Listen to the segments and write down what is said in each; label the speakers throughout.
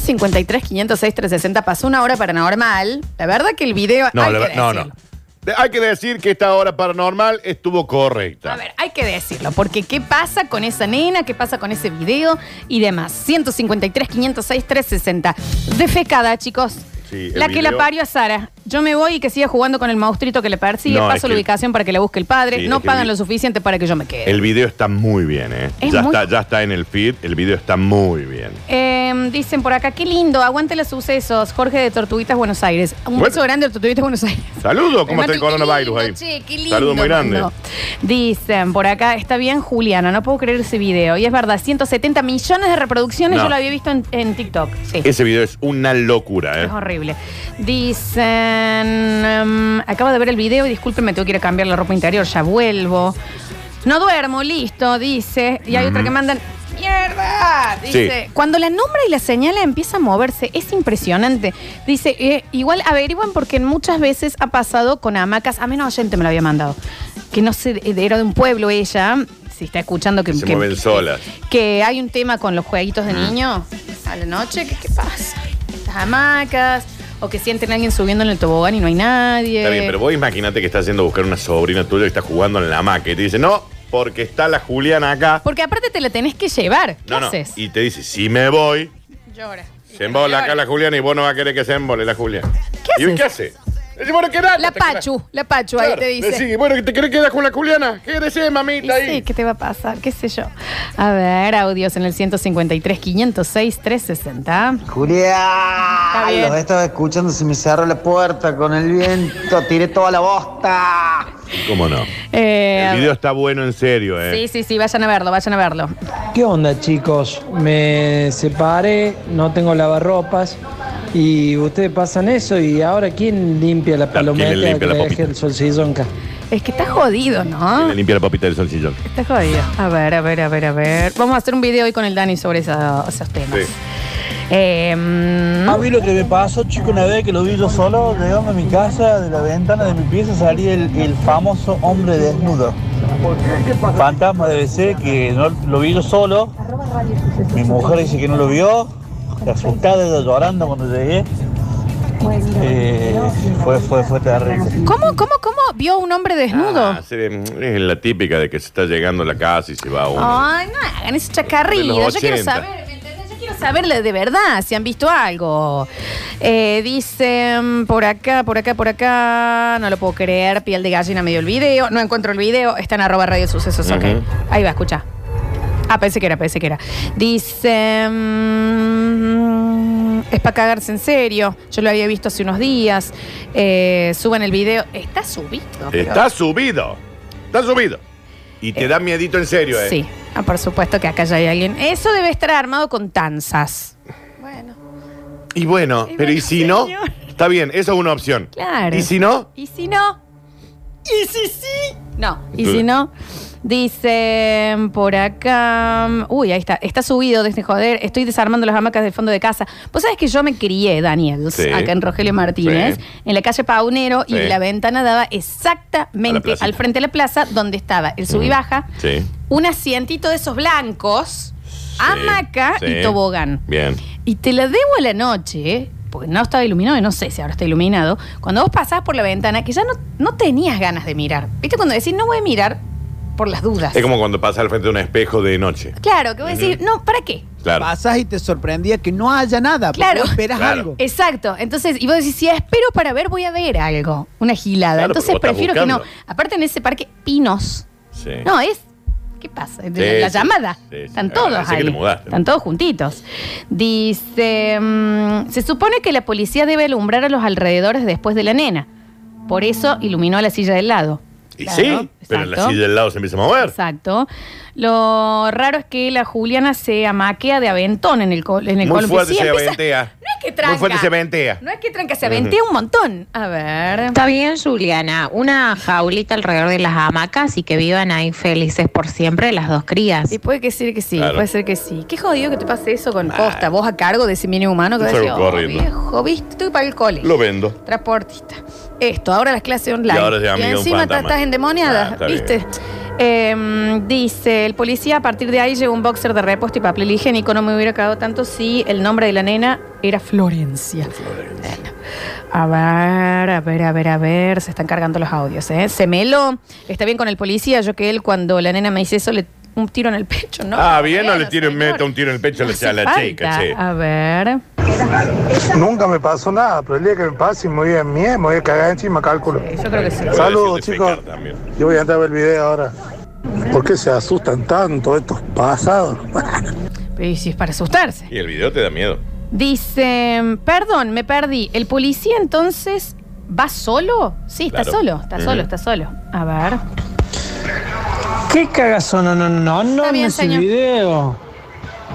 Speaker 1: 153, 506, 360. Pasó una hora paranormal. La verdad que el video.
Speaker 2: No,
Speaker 1: hay
Speaker 2: la-
Speaker 1: que
Speaker 2: no, no.
Speaker 1: decirlo.
Speaker 2: De- Hay que decir que esta hora paranormal estuvo correcta.
Speaker 1: A ver, eh. hay que decirlo, porque ¿qué pasa con esa nena? ¿Qué pasa con ese video? Y demás. 153, 506, 360. Defecada, chicos.
Speaker 2: Sí, el
Speaker 1: la que la
Speaker 2: video-
Speaker 1: parió a Sara. Yo me voy y que siga jugando con el maustrito que le persigue.
Speaker 2: No, es
Speaker 1: paso la
Speaker 2: que-
Speaker 1: ubicación para que la busque el padre.
Speaker 2: Sí,
Speaker 1: no
Speaker 2: es que
Speaker 1: pagan
Speaker 2: vi-
Speaker 1: lo suficiente para que yo me quede.
Speaker 2: El video está muy bien, ¿eh?
Speaker 1: Es
Speaker 2: ya,
Speaker 1: muy-
Speaker 2: está, ya está en el feed, el video está muy bien.
Speaker 1: Eh, dicen por acá, qué lindo, aguante los sucesos. Jorge de Tortuguitas, Buenos Aires. Un
Speaker 2: Bueno.
Speaker 1: beso grande de Tortuguitas, Buenos Aires.
Speaker 2: Saludos, ¿cómo está
Speaker 1: Mati,
Speaker 2: el
Speaker 1: qué
Speaker 2: coronavirus ahí?
Speaker 1: lindo, che, qué lindo,
Speaker 2: Saludos muy
Speaker 1: mando.
Speaker 2: grandes.
Speaker 1: Dicen por acá, está bien Juliana, no puedo creer ese video. Y es verdad, 170 millones de reproducciones,
Speaker 2: No.
Speaker 1: yo lo había visto en, en TikTok. Sí. Es
Speaker 2: Ese video es una locura, ¿eh?
Speaker 1: horrible. Dicen, em, acabo de ver el video y discúlpenme, tengo que ir a cambiar la ropa interior, ya vuelvo. No duermo, listo, dice. Y hay otra que mandan, mierda, dice.
Speaker 2: Sí.
Speaker 1: Cuando la nombra y la señala empieza a moverse, es impresionante. Dice, eh, igual averigüen porque muchas veces ha pasado con hamacas, a menos oyente me lo había mandado, que no sé, eh, era de un pueblo ella, si está escuchando que...
Speaker 2: Se
Speaker 1: que-
Speaker 2: mueven solas.
Speaker 1: que hay un tema con los jueguitos
Speaker 2: Mm.
Speaker 1: de niños a la noche, ¿qué, qué pasa? Las hamacas, o que sienten a alguien subiendo en el tobogán y no hay nadie.
Speaker 2: Está bien, pero vos imagínate que estás yendo a buscar una sobrina tuya que está jugando en la hamaca y te dice, no, porque está la Juliana acá.
Speaker 1: Porque aparte te la tenés que llevar. ¿Qué
Speaker 2: No, no.
Speaker 1: haces?
Speaker 2: Y te dice, si me voy,
Speaker 1: Llora.
Speaker 2: se embola acá la Juliana y vos no vas a querer que se embole la Juliana.
Speaker 1: ¿Qué
Speaker 2: ¿Y
Speaker 1: haces?
Speaker 2: qué hace? Le dice, bueno, quedate.
Speaker 1: La
Speaker 2: te quedas.
Speaker 1: Pachu, la Pachu, ahí
Speaker 2: Claro,
Speaker 1: te dice.
Speaker 2: le sigue, bueno, que ¿te querés quedar con la Juliana? ¿Qué decís,
Speaker 1: Y
Speaker 2: mamita?
Speaker 1: sí,
Speaker 2: Ahí.
Speaker 1: ¿qué te va a pasar? ¿Qué sé yo? A ver, audios en el 153, 506, 360.
Speaker 3: Julia,
Speaker 1: bien.
Speaker 3: los estaba escuchando, se me cerró la puerta con el viento, tiré toda la bosta.
Speaker 2: ¿Cómo no?
Speaker 1: Eh,
Speaker 2: El video está bueno en serio, ¿eh?
Speaker 1: Sí, sí, sí, vayan a verlo, vayan a verlo.
Speaker 4: ¿Qué onda chicos? Me separé, no tengo lavarropas y ustedes pasan eso y ahora ¿quién limpia la
Speaker 2: Claro, Ah, ¿quién le
Speaker 4: palometa
Speaker 2: limpia
Speaker 4: que
Speaker 2: la
Speaker 4: le
Speaker 2: popita?
Speaker 4: dejé el solcillonca?
Speaker 1: Es que está jodido, ¿no?
Speaker 2: Le limpia la papita del sol sillón.
Speaker 1: Está jodido. A ver, a ver, a ver, a ver. Vamos a hacer un video hoy con el Dani sobre esa- esos temas.
Speaker 2: Sí.
Speaker 1: Eh, mm,
Speaker 5: A mí lo que me pasó, chico, una vez que lo vi yo solo, llegando a mi casa, de la ventana de mi pieza salía el, el famoso hombre desnudo. Fantasma debe ser, que no, lo vi yo solo. Mi mujer dice que no lo vio, asustada, ella llorando cuando llegué. Eh, fue, fue, fue terrible.
Speaker 1: ¿Cómo, cómo, cómo vio a un hombre desnudo?
Speaker 2: Ah, sí, es la típica de que se está llegando a la casa y se va uno.
Speaker 1: Ay, no hagan ese
Speaker 2: De
Speaker 1: chacarrillo.
Speaker 2: los
Speaker 1: Yo quiero
Speaker 2: 80.
Speaker 1: saber, ¿me entendés? Yo quiero saberle de verdad si han visto algo. Eh, dicen por acá, por acá, por acá. No lo puedo creer. Piel de gallina me dio el video. No encuentro el video. Está en arroba radio sucesos. ok.
Speaker 2: Ujú.
Speaker 1: Ahí va, escucha. Ah, pensé que era, pensé que era. Dice. mm, es para cagarse en serio. Yo lo había visto hace unos días. Eh, suban el video. Está subido. pero-
Speaker 2: Está subido. Está subido. Y te da miedito en serio, ¿eh?
Speaker 1: Eh, Sí, ah, por supuesto que acá ya hay alguien. Eso debe estar armado con tanzas. Bueno,
Speaker 2: Y bueno,
Speaker 1: Y
Speaker 2: pero ¿y
Speaker 1: bueno,
Speaker 2: si no?
Speaker 1: señor.
Speaker 2: Está bien, esa es una opción.
Speaker 1: Claro.
Speaker 2: ¿Y si no?
Speaker 1: ¿y si no? ¿Y si sí? No, ¿y si no? Dicen por acá. Uy, ahí está. Está subido desde joder. Estoy desarmando las hamacas del fondo de casa. Vos sabés que yo me crié, Daniel,
Speaker 2: Sí.
Speaker 1: acá en Rogelio Martínez,
Speaker 2: Sí.
Speaker 1: en la calle Paunero,
Speaker 2: Sí.
Speaker 1: y la ventana daba
Speaker 2: A la
Speaker 1: exactamente
Speaker 2: placita. Mm.
Speaker 1: al frente de la plaza donde estaba el sub y baja,
Speaker 2: Sí.
Speaker 1: un asientito de esos blancos, hamaca
Speaker 2: Sí.
Speaker 1: y tobogán.
Speaker 2: Bien.
Speaker 1: Y te la debo a la noche, ¿eh? porque no estaba iluminado y no sé si ahora está iluminado, cuando vos pasabas por la ventana que ya no, no tenías ganas de mirar. ¿Viste? Cuando decís, no voy a mirar por las dudas.
Speaker 2: Es como cuando pasas al frente de un espejo de noche.
Speaker 1: Claro, que vos decís, no, ¿para qué?
Speaker 2: Claro.
Speaker 6: Pasás y te sorprendía que no haya nada, porque
Speaker 1: Claro.
Speaker 6: vos esperás
Speaker 2: Claro.
Speaker 6: algo.
Speaker 1: Exacto. Entonces, y vos decís, si espero para ver, voy a ver algo. Una gilada.
Speaker 2: Claro,
Speaker 1: Entonces
Speaker 2: porque vos estás
Speaker 1: prefiero que no.
Speaker 2: buscando.
Speaker 1: Aparte en ese parque, pinos.
Speaker 2: Sí.
Speaker 1: No, es. ¿Qué pasa?
Speaker 2: Sí,
Speaker 1: la
Speaker 2: sí,
Speaker 1: llamada.
Speaker 2: sí, sí.
Speaker 1: Están todos
Speaker 2: Agradece que
Speaker 1: ahí.
Speaker 2: te mudaste.
Speaker 1: Están todos juntitos. Dice. mm, se supone que la policía debe alumbrar a los alrededores después de la nena. Por eso iluminó la silla del lado.
Speaker 2: Y
Speaker 1: Claro,
Speaker 2: sí, pero en la
Speaker 1: exacto.
Speaker 2: silla del lado se empieza a mover.
Speaker 1: Exacto. Lo raro es que la Juliana se amaquea de aventón en el, col en el
Speaker 2: Muy
Speaker 1: columpio.
Speaker 2: fuerte
Speaker 1: Sí,
Speaker 2: se
Speaker 1: empieza-
Speaker 2: aventea.
Speaker 1: No es que tranca.
Speaker 2: Muy fuerte se aventea.
Speaker 1: No es que tranca, se aventea un montón. A ver.
Speaker 7: Está bien, Juliana. Una jaulita alrededor de las hamacas y que vivan ahí felices por siempre las dos crías.
Speaker 1: Y puede que ser que sí,
Speaker 2: Claro.
Speaker 1: puede ser que sí. Qué jodido que te pase eso con posta, vos a cargo de ese mínimo humano que
Speaker 2: Yo
Speaker 1: vas a
Speaker 2: salgo
Speaker 1: decir,
Speaker 2: corriendo.
Speaker 1: oh, viejo, viste, tengo que pagar el cole.
Speaker 2: Lo vendo.
Speaker 1: Transportista. Esto, ahora las clases online.
Speaker 2: Y ahora se llama un
Speaker 1: encima
Speaker 2: fantasma.
Speaker 1: estás endemoniada,
Speaker 2: Ah, está
Speaker 1: ¿viste?
Speaker 2: bien.
Speaker 1: Em, dice, el policía a partir de ahí llevó un boxer de repuesto y papel higiénico. No me hubiera cagado tanto si el nombre de la nena era Florencia. A ver, a ver, a ver, a ver. Se están cargando los audios, ¿eh? Se meló. Está bien con el policía. Yo que él, cuando la nena me dice eso, le un tiro en el pecho, ¿no?
Speaker 2: ah, bien, no le
Speaker 1: bueno,
Speaker 2: tiren,
Speaker 1: señor.
Speaker 2: meta un tiro en el pecho a
Speaker 1: No
Speaker 2: la- a
Speaker 1: hace
Speaker 2: la chica,
Speaker 1: falta.
Speaker 2: che.
Speaker 1: A ver. eh,
Speaker 8: Nunca me pasó nada, pero el día que me pase y me voy a mie, me voy a cagar encima, cálculo.
Speaker 1: Yo creo que sí.
Speaker 2: Ahora
Speaker 8: Saludos,
Speaker 2: sí, de pecar
Speaker 8: chicos.
Speaker 2: también.
Speaker 8: Yo voy a entrar a ver el video ahora. ¿Por qué se asustan tanto estos pasados?
Speaker 1: Y si es para asustarse.
Speaker 2: Y el video te da miedo.
Speaker 1: Dice, perdón, me perdí. ¿El policía entonces va solo? Sí, está
Speaker 2: Claro.
Speaker 1: solo, está
Speaker 2: Ujú.
Speaker 1: solo, está solo. A ver.
Speaker 4: ¿Qué cagazón? No, no, no, no
Speaker 1: Está bien,
Speaker 4: es el
Speaker 1: señor.
Speaker 4: video.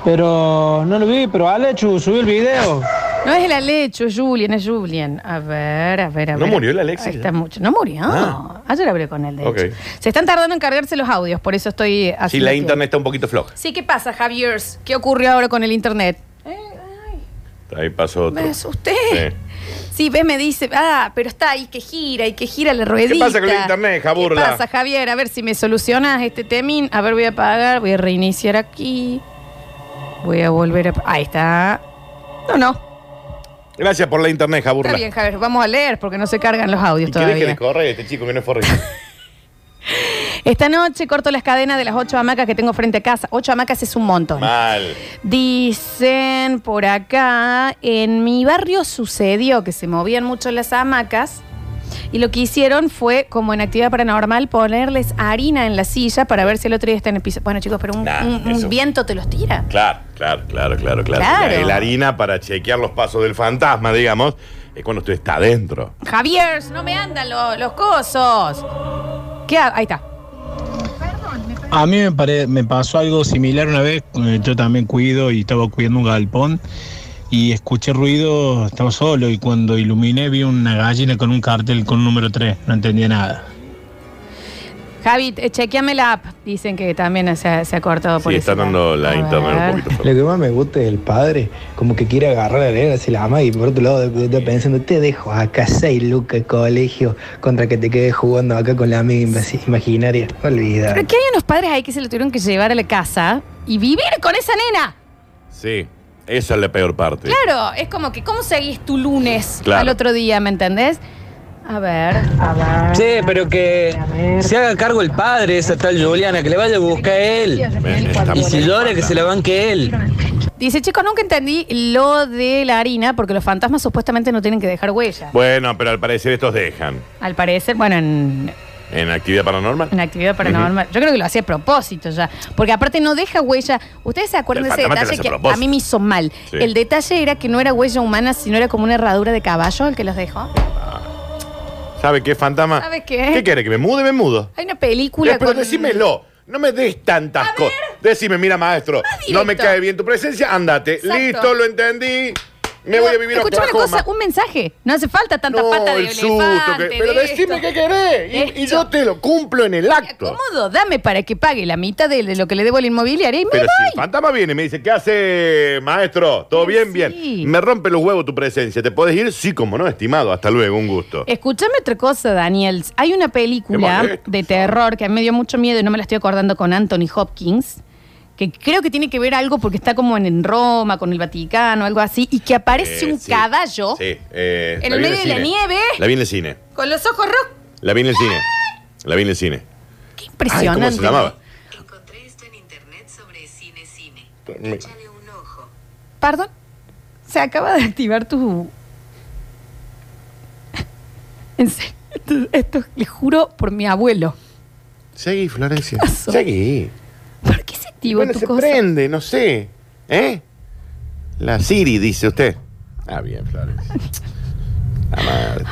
Speaker 4: Pero no lo vi, pero Alechu, subí el video.
Speaker 1: No es el Alecho, es Julian, es Julian. A ver, a ver, a
Speaker 2: ¿No
Speaker 1: ver.
Speaker 2: murió el Alexis? ¿eh?
Speaker 1: Ahí Está mucho. No murió.
Speaker 2: Ah.
Speaker 1: Ayer hablé con él, de hecho.
Speaker 2: Ok.
Speaker 1: Se están tardando en cargarse los audios, por eso estoy haciendo.
Speaker 2: Si la
Speaker 1: tiempo.
Speaker 2: internet está un poquito floja.
Speaker 1: Sí, ¿qué pasa, Javier? ¿Qué ocurrió ahora con el internet? Eh, ay,
Speaker 2: Ahí pasó otro.
Speaker 1: me asusté.
Speaker 2: Sí.
Speaker 1: Sí, ves, me dice, ah, pero está ahí que gira y que gira la ruedita.
Speaker 2: pasa con el internet, Jaburla?
Speaker 1: ¿Qué pasa, Javier? A ver si me solucionas este temín. A ver, voy a apagar, voy a reiniciar aquí. Voy a volver a. Ahí está. No, no.
Speaker 2: Gracias por la internet, Jaburla.
Speaker 1: Está bien, Javier. Vamos a leer porque no se cargan los audios
Speaker 2: Y que deje de
Speaker 1: todavía.
Speaker 2: correr este chico que no es forrista.
Speaker 1: Esta noche corto las cadenas de las ocho hamacas que tengo frente a casa. Ocho hamacas es un montón.
Speaker 2: Mal.
Speaker 1: Dicen por acá, en mi barrio sucedió que se movían mucho las hamacas y lo que hicieron fue, como en actividad paranormal, ponerles harina en la silla para ver si el otro día está en el piso. Bueno, chicos, pero un,
Speaker 2: Nah,
Speaker 1: un- un
Speaker 2: eso.
Speaker 1: viento te los tira.
Speaker 2: Claro, claro, claro, claro, claro.
Speaker 1: Claro.
Speaker 2: La- La harina para chequear los pasos del fantasma, digamos, es cuando usted está adentro.
Speaker 1: Javier, no me andan lo- los cosos. ¿Qué ha- Ahí está.
Speaker 9: A mí me, pare- me pasó algo similar una vez, eh, yo también cuido y estaba cuidando un galpón y escuché ruido, estaba solo y cuando iluminé vi una gallina con un cartel con un número 3, no entendía nada.
Speaker 1: Javi, eh, chequeame la app. Dicen que también se ha, se ha cortado por
Speaker 2: Sí,
Speaker 1: ese
Speaker 2: está dando
Speaker 1: lado. A
Speaker 2: la internet un
Speaker 1: ver.
Speaker 2: poquito floja.
Speaker 10: Lo que más me gusta es el padre, como que quiere agarrar a la nena, se la ama y por otro lado está pensando, te dejo acá seis lucas colegio contra que te quedes jugando acá con la amiga invasi- imaginaria. Olvida.
Speaker 1: Pero que hay unos padres ahí que se lo tuvieron que llevar a la casa y vivir con esa nena.
Speaker 2: Sí, esa es la peor parte.
Speaker 1: Claro, es como que, ¿cómo seguís tu lunes
Speaker 2: Claro.
Speaker 1: al otro día, me entendés? A ver, a ver.
Speaker 4: Sí, pero que se haga cargo el padre, esa tal Juliana, que le vaya a buscar a él.
Speaker 2: Ven, está
Speaker 4: Y si
Speaker 2: mal.
Speaker 4: llora, que se la banque él.
Speaker 1: Dice, chicos, nunca entendí lo de la harina, porque los fantasmas supuestamente no tienen que dejar huella.
Speaker 2: Bueno, pero al parecer estos dejan.
Speaker 1: Al parecer, bueno, en,
Speaker 2: En actividad paranormal.
Speaker 1: en actividad paranormal. Yo creo que lo hacía a propósito ya. Porque aparte no deja huella. Ustedes se acuerdan
Speaker 2: El
Speaker 1: de ese
Speaker 2: fantasma te lo
Speaker 1: detalle
Speaker 2: hace a
Speaker 1: que a
Speaker 2: propósito.
Speaker 1: mí me hizo mal.
Speaker 2: Sí.
Speaker 1: El detalle era que no era huella humana, sino era como una herradura de caballo el que los dejó.
Speaker 2: ¿Sabe qué, fantasma?
Speaker 1: ¿Sabe qué?
Speaker 2: ¿Qué quiere? ¿Que me mude? Me mudo.
Speaker 1: Hay una película
Speaker 2: Eh, pero
Speaker 1: con-
Speaker 2: decímelo. No me des tantas cosas. Decime, mira, maestro,
Speaker 1: Ah, directo.
Speaker 2: no me cae bien tu presencia, andate.
Speaker 1: Exacto.
Speaker 2: Listo, lo entendí. Me voy a vivir a
Speaker 1: Escuchame una
Speaker 2: Oklahoma.
Speaker 1: cosa, un mensaje. No hace falta tanta
Speaker 2: No,
Speaker 1: pata de
Speaker 2: el susto.
Speaker 1: elefante.
Speaker 2: que- pero
Speaker 1: de
Speaker 2: decime
Speaker 1: esto.
Speaker 2: qué querés. Y, y
Speaker 1: Esto.
Speaker 2: yo te lo cumplo en el acto.
Speaker 1: Acomodo, dame para que pague la mitad de de lo que le debo a la inmobiliaria y me
Speaker 2: Pero si el
Speaker 1: voy.
Speaker 2: fantasma viene y me dice, ¿qué hace, maestro? ¿Todo
Speaker 1: Sí,
Speaker 2: bien?
Speaker 1: sí.
Speaker 2: Bien. Me rompe los huevos tu presencia. ¿Te puedes ir? Sí, como no, estimado. Hasta luego, un gusto.
Speaker 1: Escúchame otra cosa, Daniel. Hay una
Speaker 2: Qué
Speaker 1: película
Speaker 2: molesto,
Speaker 1: de terror que a mí me dio mucho miedo y no me la estoy acordando con Anthony Hopkins, que creo que tiene que ver algo porque está como en, en Roma, con el Vaticano, algo así, y que aparece
Speaker 2: Eh,
Speaker 1: un
Speaker 2: sí.
Speaker 1: caballo
Speaker 2: Sí, eh,
Speaker 1: en
Speaker 2: la
Speaker 1: el
Speaker 2: vi
Speaker 1: medio de
Speaker 2: el
Speaker 1: la
Speaker 2: cine.
Speaker 1: nieve
Speaker 2: La vi en el cine.
Speaker 1: con los ojos rojos.
Speaker 2: La vi en el cine. La vi en el cine.
Speaker 1: Qué
Speaker 2: Ay,
Speaker 1: impresionante.
Speaker 2: ¿Cómo se llamaba?
Speaker 11: Encontré esto en internet sobre cine cine.
Speaker 2: Me-
Speaker 11: Échale un ojo.
Speaker 1: Perdón, se acaba de activar tu. En serio, esto, esto le juro por mi abuelo.
Speaker 2: Seguí, Florencia.
Speaker 1: pasó?
Speaker 2: Seguí.
Speaker 1: ¿Por qué se activó
Speaker 2: Bueno,
Speaker 1: tu
Speaker 2: se
Speaker 1: cosa?
Speaker 2: prende, no sé. ¿Eh? La Siri, dice usted. Ah, bien, Florencia. La madre.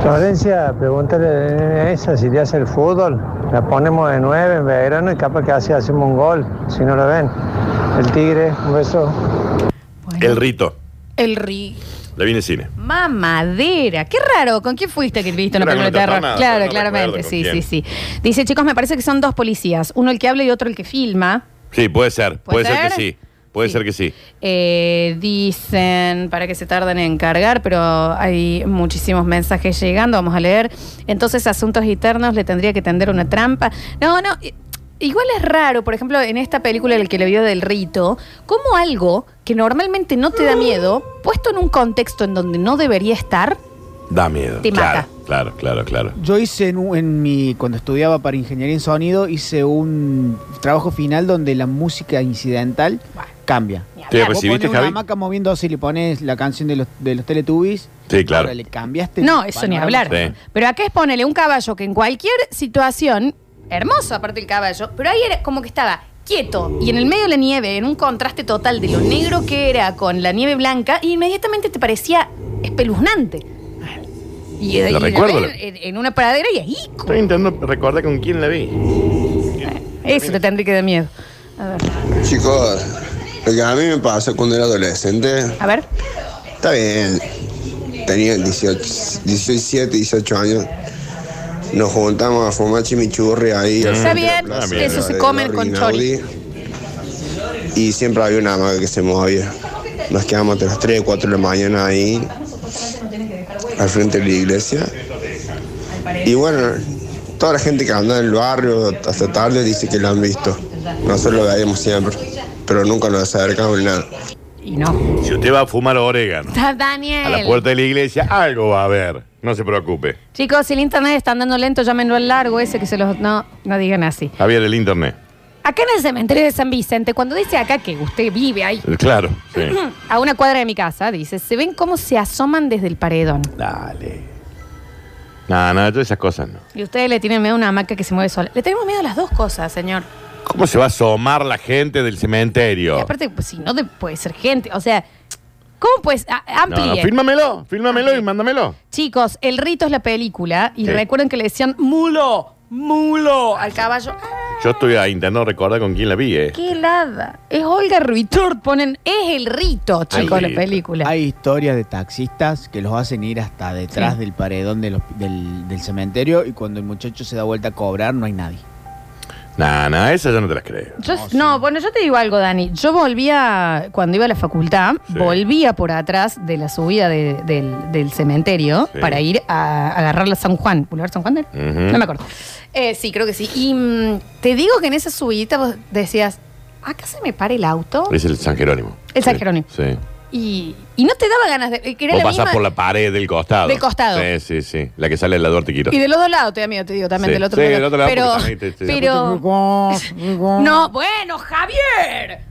Speaker 4: Florencia, pregúntale a la nena esa si le hace el fútbol. La ponemos de nueve en verano y capaz que hace, hacemos un gol, si no lo ven. El tigre, un beso.
Speaker 1: Bueno,
Speaker 2: El rito.
Speaker 1: el ri.
Speaker 2: La vi en el cine.
Speaker 1: Mamadera. Qué raro. ¿Con quién fuiste que viste una
Speaker 2: Era con
Speaker 1: película de
Speaker 2: otra
Speaker 1: terror?
Speaker 2: tonada,
Speaker 1: claro,
Speaker 2: pero no
Speaker 1: claramente.
Speaker 2: recuerdo con
Speaker 1: Sí, sí,
Speaker 2: quién.
Speaker 1: sí. Dice, chicos, me parece que son dos policías. Uno el que habla y otro el que filma.
Speaker 2: Sí, puede ser. Puede, ser? que sí. Puede ser que sí.
Speaker 1: Eh, dicen para que se tardan en cargar, pero hay muchísimos mensajes llegando, vamos a leer. Entonces, asuntos internos, le tendría que tender una trampa. No, no, i- igual es raro, por ejemplo, en esta película, el que le vio del rito, como algo que normalmente no te da miedo, puesto en un contexto en donde no debería estar,
Speaker 2: Da miedo.
Speaker 1: Te
Speaker 2: claro,
Speaker 1: mata.
Speaker 2: Claro, claro, claro.
Speaker 6: Yo hice en, un- en mi. Cuando estudiaba para ingeniería en sonido, hice un trabajo final donde la música incidental cambia.
Speaker 2: ¿Te
Speaker 6: Vos
Speaker 2: recibiste,
Speaker 6: pones una
Speaker 2: Javi?
Speaker 6: hamaca moviéndose y le pones la canción de los, de los Teletubbies.
Speaker 2: Sí, claro.
Speaker 6: Ahora le cambiaste.
Speaker 1: No,
Speaker 6: el
Speaker 1: eso ni
Speaker 6: panorama.
Speaker 1: hablar. Pero acá es ponerle un caballo que en cualquier situación, hermoso aparte el caballo, pero ahí era como que estaba quieto y en el medio de la nieve, en un contraste total de lo negro que era con la nieve blanca, y inmediatamente te parecía espeluznante. Y,
Speaker 2: Lo
Speaker 1: y la
Speaker 2: recuerdo.
Speaker 1: ven en, en una pradera y ahí,
Speaker 2: Estoy intentando recordar con quién la vi.
Speaker 1: eso te tendría que dar miedo. A ver,
Speaker 12: Chicos, lo que a mí me pasó cuando era adolescente.
Speaker 1: a ver.
Speaker 12: Está bien. Tenía 18, 17, 18 años. Nos juntamos a fumar chimichurri ahí. al
Speaker 1: Está
Speaker 12: frente de la
Speaker 1: bien,
Speaker 12: plaza
Speaker 1: eso
Speaker 12: de la-
Speaker 1: se
Speaker 12: de
Speaker 1: comen
Speaker 12: Barrio
Speaker 1: con
Speaker 12: Inaudi. Y siempre había una hamaca que se movía. Nos quedamos hasta las 3, 4 de la mañana ahí, al frente de la iglesia. Y bueno, toda la gente que anda en el barrio hasta tarde dice que lo han visto. Nosotros lo veíamos siempre, pero nunca nos acercamos ni nada.
Speaker 1: Y no.
Speaker 2: Si usted va a fumar orégano
Speaker 1: Está
Speaker 2: a la
Speaker 1: Daniel.
Speaker 2: puerta de la iglesia, algo va a haber. No se preocupe.
Speaker 1: Chicos, si el internet está andando lento, llámenlo al largo ese que se los... No, no digan así.
Speaker 2: Javier, el internet.
Speaker 1: Acá en el cementerio de San Vicente, cuando dice acá que usted vive ahí,
Speaker 2: Eh, Claro, sí.
Speaker 1: a una cuadra de mi casa, dice, se ven cómo se asoman desde el paredón.
Speaker 2: Dale. No, no, yo esas cosas no.
Speaker 1: Y ustedes le tienen miedo a una hamaca que se mueve sola. Le tenemos miedo a las dos cosas, señor.
Speaker 2: ¿Cómo se va a asomar la gente del
Speaker 1: Y
Speaker 2: cementerio?
Speaker 1: aparte, pues, si no, de- puede ser gente. O sea, ¿cómo pues? A-
Speaker 2: No, no,
Speaker 1: amplíe.
Speaker 2: fírmamelo, fírmamelo y mándamelo.
Speaker 1: Chicos, el rito es la película. Y
Speaker 2: Sí.
Speaker 1: recuerden que le decían mulo, mulo al caballo. Ah,
Speaker 2: Yo estoy ahí intentando recordar con quién la vi, eh.
Speaker 1: qué helada. Es Olga Ruitor, ponen, es el rito, chicos,
Speaker 6: Hay-
Speaker 1: la película.
Speaker 6: Hay historias de taxistas que los hacen ir hasta detrás
Speaker 1: Sí.
Speaker 6: del paredón de los- del, del cementerio y cuando el muchacho se da vuelta a cobrar no hay nadie.
Speaker 2: No, no, esas yo no te las creo.
Speaker 1: Yo- no, bueno, yo te digo algo, Dani. Yo volvía, cuando iba a la facultad, volvía por atrás de la subida de- del, del cementerio
Speaker 7: Sí.
Speaker 1: para ir a agarrar la San Juan. ¿Boulevard San Juan? era?
Speaker 2: Mm-hmm.
Speaker 7: Ujú.
Speaker 1: No me acuerdo. Eh, sí, creo que sí. Y mm, te digo que en esa subidita vos decías, acá se me para el auto.
Speaker 2: Es el San Jerónimo.
Speaker 1: El San Jerónimo.
Speaker 2: Sí.
Speaker 1: Y, y no te daba ganas de... que era
Speaker 2: Vos
Speaker 1: la
Speaker 2: pasás
Speaker 1: misma-
Speaker 2: por la pared del costado.
Speaker 1: Del costado.
Speaker 2: Sí, sí, sí. La que sale de la Duarte Quiroz.
Speaker 1: Y de los dos lados, te da miedo, te digo, también
Speaker 2: Sí.
Speaker 1: del otro
Speaker 2: Sí,
Speaker 1: lado.
Speaker 2: del otro lado,
Speaker 1: pero,
Speaker 2: porque también te- te-
Speaker 1: pero... No, bueno, Javier.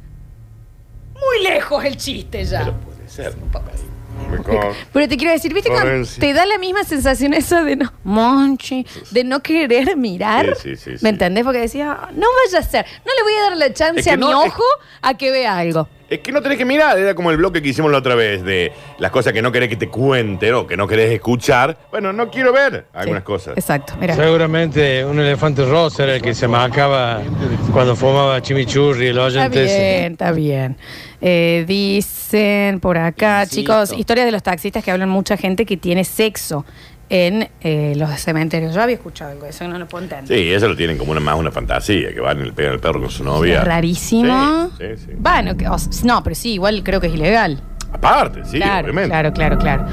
Speaker 1: Muy lejos el chiste ya. Pero te quiero decir, ¿viste cuando
Speaker 2: Florencia.
Speaker 1: te da la misma sensación esa de no, Monchi, de no querer mirar?
Speaker 2: Sí, sí, sí, sí.
Speaker 1: ¿Me entendés? Porque decía, "Ah, no vaya a ser, no le voy a dar la chance
Speaker 2: Es que
Speaker 1: a
Speaker 2: no,
Speaker 1: mi
Speaker 2: es-
Speaker 1: ojo a que vea algo.
Speaker 2: Es que no tenés que mirar, era como el bloque que hicimos la otra vez de las cosas que no querés que te cuenten o que no querés escuchar. Bueno, no quiero ver algunas cosas.
Speaker 1: Exacto, mira.
Speaker 9: Seguramente un elefante rosa era el que se marcaba cuando fumaba chimichurri, el
Speaker 1: Está
Speaker 9: oyente ese.
Speaker 1: bien, está bien. Eh, dicen por acá, chicos, historias de los taxistas que hablan mucha gente que tiene sexo en eh, los cementerios. Yo había escuchado algo de eso, no lo puedo entender.
Speaker 2: Sí, eso lo tienen como una, más una fantasía, que van y le pegan al perro con su novia.
Speaker 1: Es rarísimo.
Speaker 2: Sí, sí, sí.
Speaker 1: Bueno, que- o s- no, pero sí, igual creo que es ilegal.
Speaker 2: Aparte, sí,
Speaker 1: claro,
Speaker 2: obviamente.
Speaker 1: claro, claro, claro.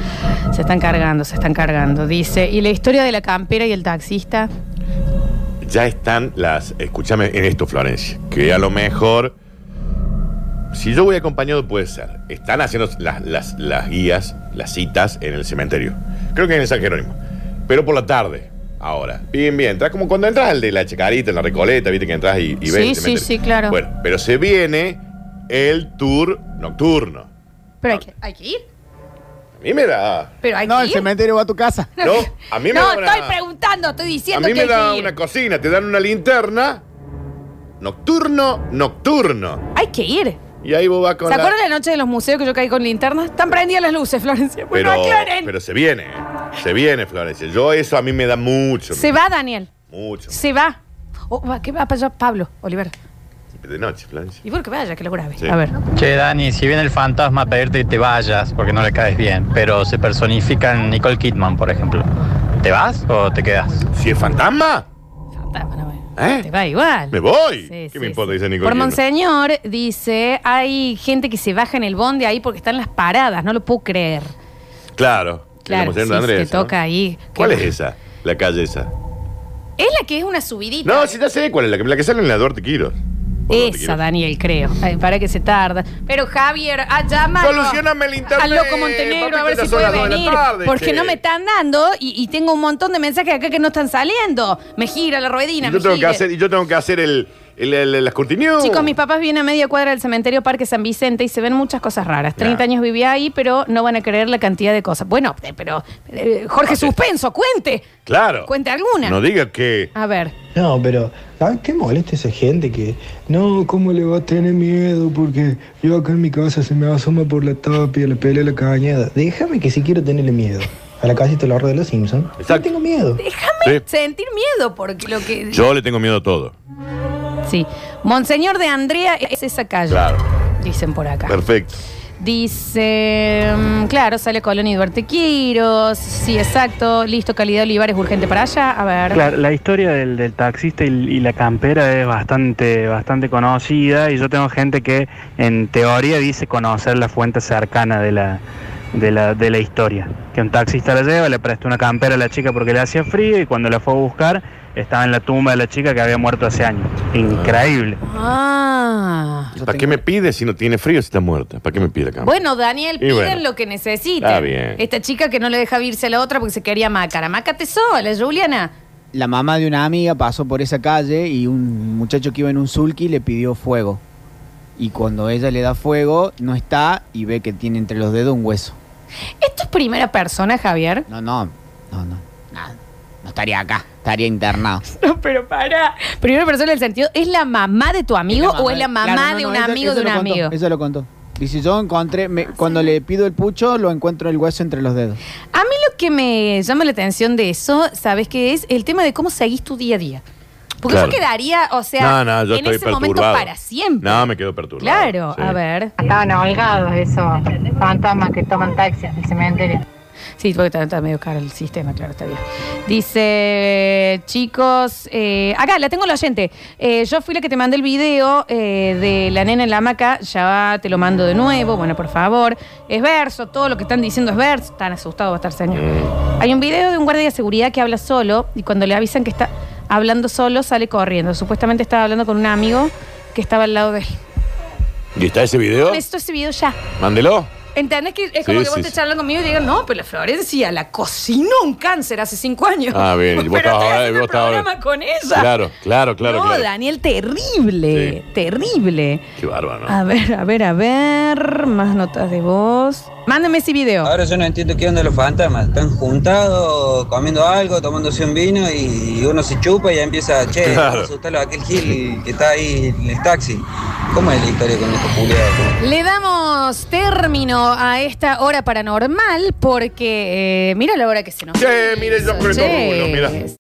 Speaker 1: Se están cargando, se están cargando. Dice, ¿y la historia de la campera y el taxista?
Speaker 2: Ya están las. Escúchame en esto, Florencia. Que a lo mejor. Si yo voy acompañado, puede ser. Están haciendo las, las- las guías, las citas en el cementerio. Creo que en el San Jerónimo. Pero por la tarde, ahora. Bien, bien. Entras como cuando entras al de la chacarita, en la recoleta, viste que entras y, y ves.
Speaker 1: Sí,
Speaker 2: el
Speaker 1: sí,
Speaker 2: cementerio.
Speaker 1: sí, claro.
Speaker 2: Bueno, pero se viene el tour nocturno.
Speaker 1: Pero hay que, hay que ir.
Speaker 2: A mí me da.
Speaker 1: Pero hay
Speaker 6: No,
Speaker 1: que
Speaker 6: el
Speaker 1: ir.
Speaker 6: cementerio va a tu casa.
Speaker 2: No, a mí me
Speaker 1: no,
Speaker 2: da una-
Speaker 1: estoy preguntando, estoy
Speaker 2: A
Speaker 1: diciendo
Speaker 2: mí
Speaker 1: que
Speaker 2: me
Speaker 1: hay
Speaker 2: da
Speaker 1: que ir.
Speaker 2: una cocina, te dan una linterna. Nocturno, nocturno.
Speaker 1: Hay que ir.
Speaker 2: Y ahí vos vas con
Speaker 1: ¿Se
Speaker 2: la-
Speaker 1: acuerdan la noche de los museos que yo caí con linternas? Están prendidas las luces, Florencia. Bueno,
Speaker 2: Pero,
Speaker 1: aclaren.
Speaker 2: pero se viene, ¿eh? se viene, Florencia. Yo eso a mí me da mucho,
Speaker 1: se va, Daniel.
Speaker 2: mucho.
Speaker 1: Se va. Oh, va- ¿Qué va para allá, Pablo, Oliver?
Speaker 2: De noche, Florencia.
Speaker 1: Y bueno, que vaya, que lo grabe.
Speaker 13: Sí.
Speaker 1: A ver.
Speaker 13: Che, Dani, si viene el fantasma a pedirte que te vayas porque no le caes bien, pero se personifica en Nicole Kidman, por ejemplo, ¿te vas o te quedas?
Speaker 2: Si es fantasma.
Speaker 1: Fantasma, no, bueno.
Speaker 2: ¿Eh?
Speaker 1: Te va igual.
Speaker 2: Me voy.
Speaker 1: Sí,
Speaker 2: ¿Qué
Speaker 1: sí,
Speaker 2: me importa? Dice Nico.
Speaker 1: Por
Speaker 2: Quino.
Speaker 1: Monseñor dice, hay gente que se baja en el bonde ahí porque están las paradas, no lo puedo creer.
Speaker 2: Claro.
Speaker 1: Claro,
Speaker 2: Monseñor
Speaker 1: sí,
Speaker 2: de Andrés,
Speaker 1: se
Speaker 2: ¿no?
Speaker 1: toca ahí.
Speaker 2: ¿Cuál es esa? La calle esa.
Speaker 1: Es la que es una subidita.
Speaker 2: No, sí, ya sé cuál es. La que, la que sale en la Duarte Quiros.
Speaker 1: Esa, Daniel, creo. Ay, para que se tarda. Pero Javier, ah, llama.
Speaker 2: Solucioname el internet,
Speaker 1: Al loco Montenegro,
Speaker 2: papi,
Speaker 1: a ver
Speaker 2: que ya
Speaker 1: si
Speaker 2: son
Speaker 1: puede
Speaker 2: las dos de la
Speaker 1: venir.
Speaker 2: tarde,
Speaker 1: porque
Speaker 2: che.
Speaker 1: no me están dando y, y tengo un montón de mensajes acá que no están saliendo. Me gira la ruedina.
Speaker 2: Y yo,
Speaker 1: me
Speaker 2: tengo que
Speaker 1: gira.
Speaker 2: hacer, y yo tengo que hacer el, el, el- las cortinews.
Speaker 1: Chicos, mis papás vienen a media cuadra del cementerio Parque San Vicente y se ven muchas cosas raras. 30 años vivía ahí, pero no van a creer la cantidad de cosas. Bueno, eh, pero eh, Jorge Suspenso, cuente.
Speaker 2: Claro.
Speaker 1: Cuente alguna.
Speaker 2: No diga que.
Speaker 1: A ver.
Speaker 10: No, pero ¿sabes qué molesta esa gente que no, cómo le va a tener miedo porque yo acá en mi casa se me asoma por la tapia, la pelea la cañada? Déjame que si quiero tenerle miedo a la casita horror de los Simpsons. No tengo miedo.
Speaker 1: Déjame sentir miedo porque lo que.
Speaker 2: Yo le tengo miedo a todo.
Speaker 1: Sí. Monseñor de Andrea es esa calle.
Speaker 2: Claro.
Speaker 1: Dicen por acá.
Speaker 2: Perfecto.
Speaker 1: Dice, mm, claro, sale Colón y Duarte Quiros. Sí, exacto. Listo, calidad Olivares urgente para allá. A ver.
Speaker 14: Claro, la historia del, del taxista y, y la campera es bastante, bastante conocida y yo tengo gente que en teoría dice conocer la fuente cercana de la, de la, de la historia. Que un taxista la lleva, le presta una campera a la chica porque le hacía frío y cuando la fue a buscar estaba en la tumba de la chica que había muerto hace años. Increíble.
Speaker 1: Ah.
Speaker 2: ¿Para qué me pide si no tiene frío si está muerta? ¿Para qué me pide acá?
Speaker 1: Bueno, Daniel,
Speaker 2: Y
Speaker 1: piden
Speaker 2: bueno.
Speaker 1: lo que necesiten.
Speaker 2: Está bien.
Speaker 1: Esta chica que no le deja irse a la otra porque se quería macar. Mácate sola, Juliana.
Speaker 6: La mamá de una amiga pasó por esa calle y un muchacho que iba en un sulky le pidió fuego. Y cuando ella le da fuego, no está y ve que tiene entre los dedos un hueso.
Speaker 1: ¿Esto es primera persona, Javier?
Speaker 6: No, no, no, no. Nah, no estaría acá, estaría internado.
Speaker 1: No, pero para. Primera persona en el sentido, ¿es la mamá de tu amigo
Speaker 6: mamá
Speaker 1: o es la mamá
Speaker 6: Claro, no,
Speaker 1: de
Speaker 6: no,
Speaker 1: un
Speaker 6: ella-
Speaker 1: amigo
Speaker 6: ella
Speaker 1: de un
Speaker 6: lo contó,
Speaker 1: amigo? Ah,
Speaker 6: Ella lo contó. Y si yo encontré, me- cuando le pido el pucho, lo encuentro el hueso entre los dedos.
Speaker 1: A mí lo que me llama la atención de eso, ¿sabes qué es? El tema de cómo seguís tu día a día. Porque
Speaker 2: Claro.
Speaker 1: yo quedaría, o sea,
Speaker 2: no, no, yo
Speaker 1: en
Speaker 2: estoy
Speaker 1: ese momento
Speaker 2: perturbado.
Speaker 1: para siempre.
Speaker 2: No, me quedo perturbado.
Speaker 1: claro,
Speaker 2: sí.
Speaker 1: a ver.
Speaker 15: Estaban holgados esos fantasmas que toman taxis del cementerio.
Speaker 1: Sí, porque está, está medio caro el sistema, claro, está bien. Dice, chicos, eh, acá la tengo la oyente. Eh, yo fui la que te mandé el video eh, de la nena en la hamaca, ya te lo mando de nuevo, bueno, por favor. Es verso, todo lo que están diciendo es verso. Tan asustado va a estar, señor. Hay un video de un guardia de seguridad que habla solo y cuando le avisan que está hablando solo, sale corriendo. Supuestamente estaba hablando con un amigo que estaba al lado de él.
Speaker 2: ¿Y está ese video?
Speaker 1: Necesito ese este video ya.
Speaker 2: Mándelo.
Speaker 1: ¿Entendés que es
Speaker 2: Sí,
Speaker 1: como que
Speaker 2: sí,
Speaker 1: vos te
Speaker 2: sí.
Speaker 1: charlan conmigo y digas, no, pero la Florencia la cocinó un cáncer hace cinco años.
Speaker 2: Ah, bien. y Vos
Speaker 1: pero
Speaker 2: estás
Speaker 1: estoy
Speaker 2: ahora.
Speaker 1: haciendo
Speaker 2: Vos
Speaker 1: el
Speaker 2: estás ahora.
Speaker 1: programa con ella.
Speaker 2: Claro, claro, claro.
Speaker 1: no,
Speaker 2: claro.
Speaker 1: Daniel, terrible, terrible.
Speaker 2: Qué bárbaro. ¿no?
Speaker 1: A ver, a ver, a ver, más notas de voz. Mándame ese video.
Speaker 16: Ahora yo no entiendo qué onda los fantasmas. Están juntados, comiendo algo, tomándose un vino y uno se chupa y ya empieza, che,
Speaker 1: Claro.
Speaker 16: vamos a asustarlo a aquel Gil que está ahí en el taxi. ¿Cómo es la historia con este estos culiados?
Speaker 1: Le damos término a esta hora paranormal porque eh, mira la hora que se nos
Speaker 2: Che, mire, yo creo que
Speaker 1: Che.
Speaker 2: uno, mira.